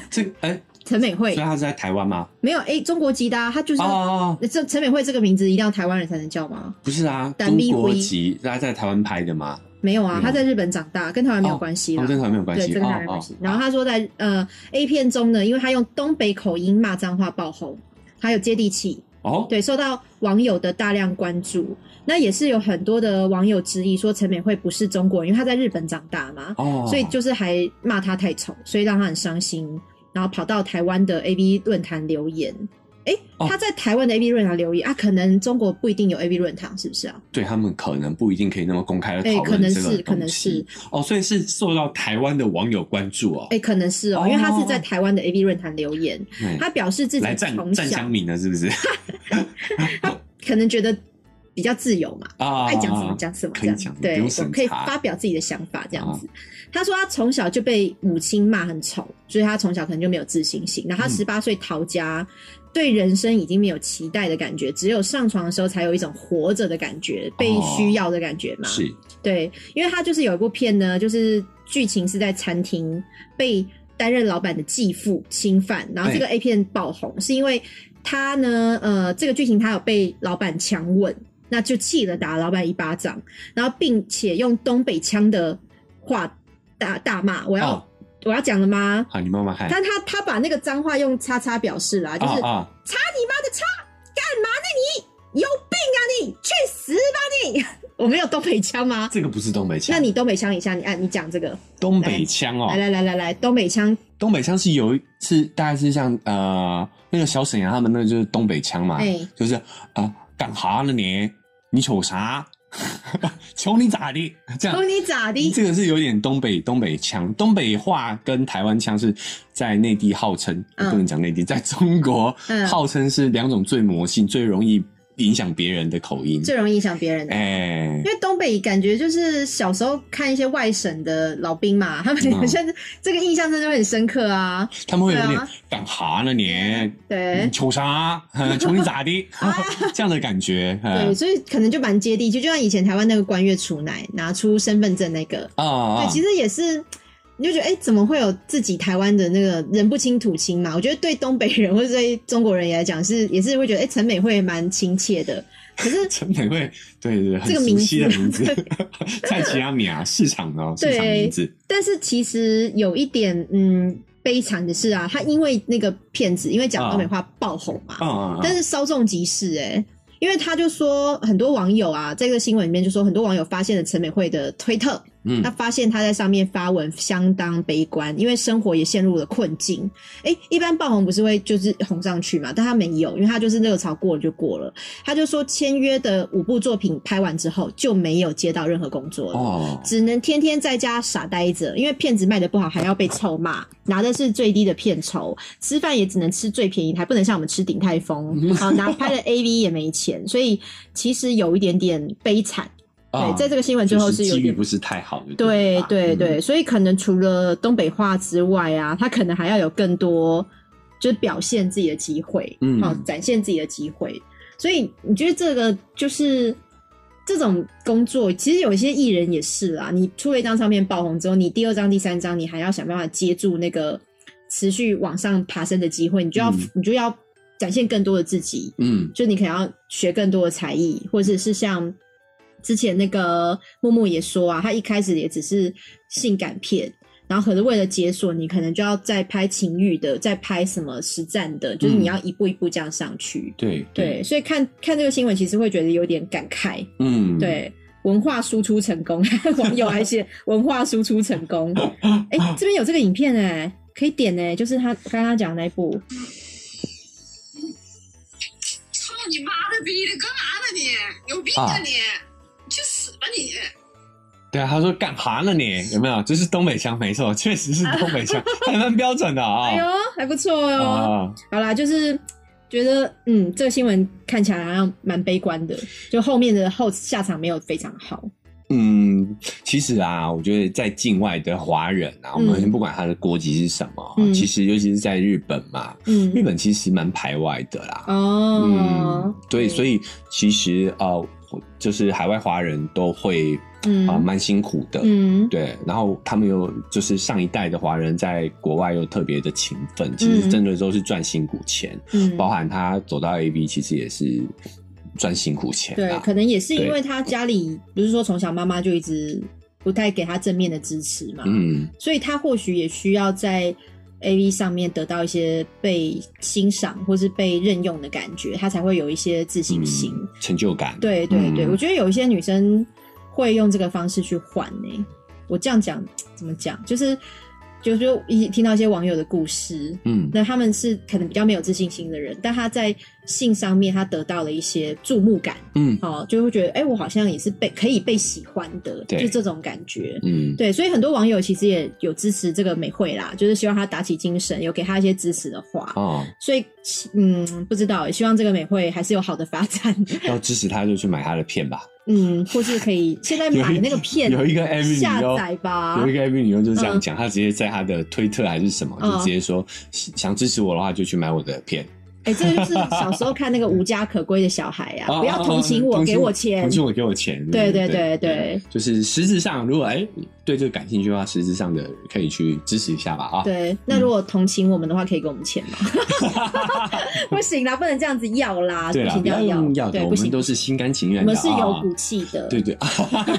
这哎、陈美所惠以他是在台湾吗？没有 A 中国籍的、啊，她就是、哦哦，哦这陈美惠这个名字一定要台湾人才能叫吗？不是啊，丹中蜜国灰籍，他在台湾拍的吗？没有啊，没有她在日本长大，跟台湾没有哦关系啦。哦，跟台湾没有关对，系，这个哦台湾没有哦关系。然后他说在呃 A 片中呢，因为他用东北口音骂脏话爆红，还有接地气，哦，对，受到网友的大量关注。那也是有很多的网友质疑说陈美惠不是中国人，因为她在日本长大嘛，哦，所以就是还骂她太丑，所以让她很伤心，然后跑到台湾的 A B 论坛留言。诶，哦她在台湾的 A B 论坛留言啊，可能中国不一定有 A B 论坛，是不是啊？对他们可能不一定可以那么公开的诶讨可能论这个是可能东西是哦，所以是受到台湾的网友关注哦，诶，可能是哦，因为她是在台湾的 A B 论坛留言，嗯她表示自己来站从站小香民了是不是？可能觉得比较自由嘛，啊，爱讲什么讲什么可以这样讲，不对，用我审可以查啊发表自己的想法这样子。他说他从小就被母亲骂很丑，所以他从小可能就没有自信心。然后他嗯十八岁逃家，对人生已经没有期待的感觉，只有上床的时候才有一种活着的感觉，被哦需要的感觉嘛。啊是对，因为他就是有一部片呢，就是剧情是在餐厅被担任老板的继父侵犯，然后这个 A 片爆红，是因为他呢，呃，这个剧情他有被老板强吻，那就气了打老板一巴掌，然后并且用东北腔的话大大骂，我要、哦我要讲了吗？好，你慢慢看。但他他把那个脏话用叉叉表示啦，就是啊啊，擦你妈的擦！干嘛呢你？有病啊你！去死吧你！ 我没有东北腔吗？这个不是东北腔，那你东北腔一下，你啊按你讲这个，东北腔哦来，来来来来，东北腔，东北腔是有一次大概是像呃那个小沈阳他们那个就是东北腔嘛，哎就是啊干哈呢你？你瞅啥？ 求你咋的？这样说。你咋的？这个是有点东北东北腔，东北话跟台湾腔是在内地号称，嗯不能讲内地，在中国嗯号称是两种最魔性、最容易影响别人的口音。最容易影响别人的。哎因，为东北感觉就是小时候看一些外省的老兵嘛， 他们嗯好像这个印象真的会很深刻啊。他们会有对点啊嗯干哈呢你？对你求啥？ 呃求你咋的？ 这样的感觉。呃啊对，所以可能就蛮接地气，就像以前台湾那个关月楚奶拿出身份证那个，啊啊对，！其实也是，你就觉得哎、诶怎么会有自己台湾的那个人不清土清嘛？我觉得对东北人或者对中国人也来讲是，也是会觉得哎，诶陈、美惠蛮亲切的。可 是陈美惠，对对对，很这个熟名悉的字名字， 蔡奇亚米啊，市场的哦，市场对名字。但是其实有一点，嗯，悲惨的是啊，他因为那个骗子，因为讲东北话爆红嘛，嗯嗯但嗯，是稍纵即逝哎、因为他就说很多网友啊，在这个新闻里面就说很多网友发现了陈美惠的推特，嗯他发现他在上面发文相当悲观，因为生活也陷入了困境。哎、一般爆红不是会就是红上去嘛，但他没有，因为他就是热潮过了就过了。他就说签约的五部作品拍完之后就没有接到任何工作了。哦，只能天天在家傻呆着，因为骗子卖的不好还要被臭骂，拿的是最低的片酬，吃饭也只能吃最便宜的，还不能像我们吃鼎泰啊丰，好拿拍了 A V 也没钱，所以其实有一点点悲惨。啊对，在这个新闻最后就是有机遇点不是太好的，对吧对对，嗯所以可能除了东北话之外啊，他可能还要有更多就是表现自己的机会，嗯哦，展现自己的机会。所以你觉得这个就是这种工作，其实有一些艺人也是啊，你出了一张唱片爆红之后，你第二张、第三张，你还要想办法接住那个持续往上爬升的机会，你就要、嗯你就要展现更多的自己，嗯就你可能要学更多的才艺，或者是像之前那个木木也说啊，他一开始也只是性感片，然后可是为了解锁，你可能就要再拍情欲的，再拍什么实战的，就是你要一步一步这样上去。对对，所以看看这个新闻，其实会觉得有点感慨。嗯对，文化输出成功， 网友还 写文化输出成功。哎、这边有这个影片哎、可以点哎、就是他刚刚讲的那一部。操你妈的逼的，干啥呢你？有病啊你！你去死吧你！对啊，他说干哈呢你？有没有？这是东北腔，没错，确实是东 北腔，还蛮标准的啊。哎呦，还不错哟、啊，好啦，就是觉得嗯，这个新闻看起来好像蛮悲观的，就后面的后下场没有非常好。嗯，其实啊，我觉得在境外的华人啊，我们先不管他的国籍是什么，嗯其实尤其是在日本嘛，嗯，日本其实蛮排外的啦。哦 嗯，，对，所以以其实呃，就是海外华人都会嗯啊蛮、辛苦的。嗯对，然后他们又就是上一代的华人在国外又特别的勤奋，其实嗯真的都是赚辛苦钱，嗯，包含他走到 A B 其实也是赚辛苦钱对，啦。可能也是因对为他家里不是说从小妈妈就一直不太给他正面的支持嘛，嗯，所以他或许也需要在。A V 上面得到一些被欣赏或是被任用的感觉，他才会有一些自信嗯心。成就感。对对对，嗯我觉得有一些女生会用这个方式去换呢、我这样讲怎么讲？就是就是一听到一些网友的故事，嗯，那他们是可能比较没有自信心的人，但他在性上面他得到了一些注目感，嗯哦，就会觉得哎、我好像也是被可以被喜欢的，对就这种感觉。嗯，对，所以很多网友其实也有支持这个美惠啦，就是希望她打起精神，有给她一些支持的话。哦，所以，嗯，不知道，希望这个美惠还是有好的发展。要支持他就去买他的片吧。嗯，或是可以现在买那个片，有一个 AV 女下优载吧有一。个 A V 女优就嗯是这样讲，她直接在她的推特还是什么，就直接说想支持我的话就去买我的片，哎、这就是小时候看那个无家可归的小孩呀、啊不要同情啊我，啊给我钱同。情我给我钱。对对对对对就是实质上如果哎对这个感兴趣的话，实质上的可以去支持一下吧啊。对，那如果同情我们的话，可以给我们钱 吗？不行啦，不能这样子要啦，对啊不啦，行，不这要样用药对，的，我不们行，都是心甘情我愿的。们是有啊骨气的。对对， 啊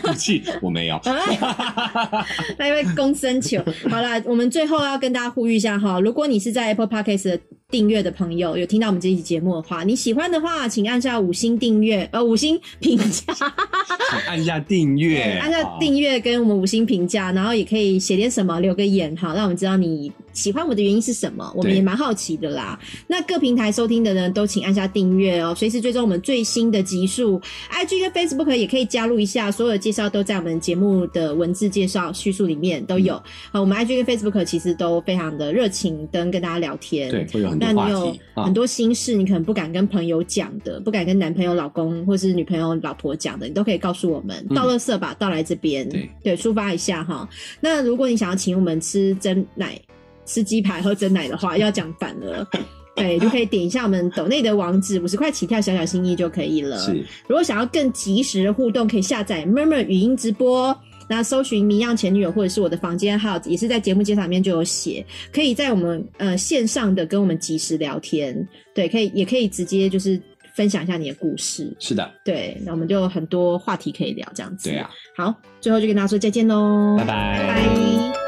骨气我没 有。哎， 那因为公生 球。好啦，我们最后要跟大家呼吁一下哈，如果你是在 Apple Podcast 的订阅的朋友，有听到我们这期节目的话，你喜欢的话，请按下五星订阅，呃，五星评价，请按下订阅，按下啊订阅跟我们五星评价，然后也可以写点什么，留个言哈，让我们知道你喜欢我们的原因是什么，我们对也蛮好奇的啦。那各平台收听的呢，都请按下订阅哦，随时追踪我们最新的集数。IG 跟 Facebook 也可以加入一下，所有的介绍都在我们节目的文字介绍叙述里面都嗯有。好，我们 IG 跟 Facebook 其实都非常的热情跟跟大家聊天。对，。会有很那多你话有题啊很。多心事，你可能不敢跟朋友讲的，不敢跟男朋友、老公或是女朋友、老婆讲的，你都可以告诉我们。嗯到垃圾吧，到来这边，对抒发一下哈。那如果你想要请我们吃蒸奶、吃鸡排、喝蒸奶的话，要讲反 了。对，就可以点一下我们抖内的网址，五十块起跳，小小心意就可以了。是，如果想要更及时的互动，可以下载 Murmur 语音直播。那搜寻“迷样前女友”或者是我的房间号，也是在节目介绍里面就有写，可以在我们呃线上的跟我们及时聊天，对，可以也可以直接就是分享一下你的故事，是的，对，那我们就有很多话题可以聊这样子。对啊，好，最后就跟大家说再见喽，拜拜拜拜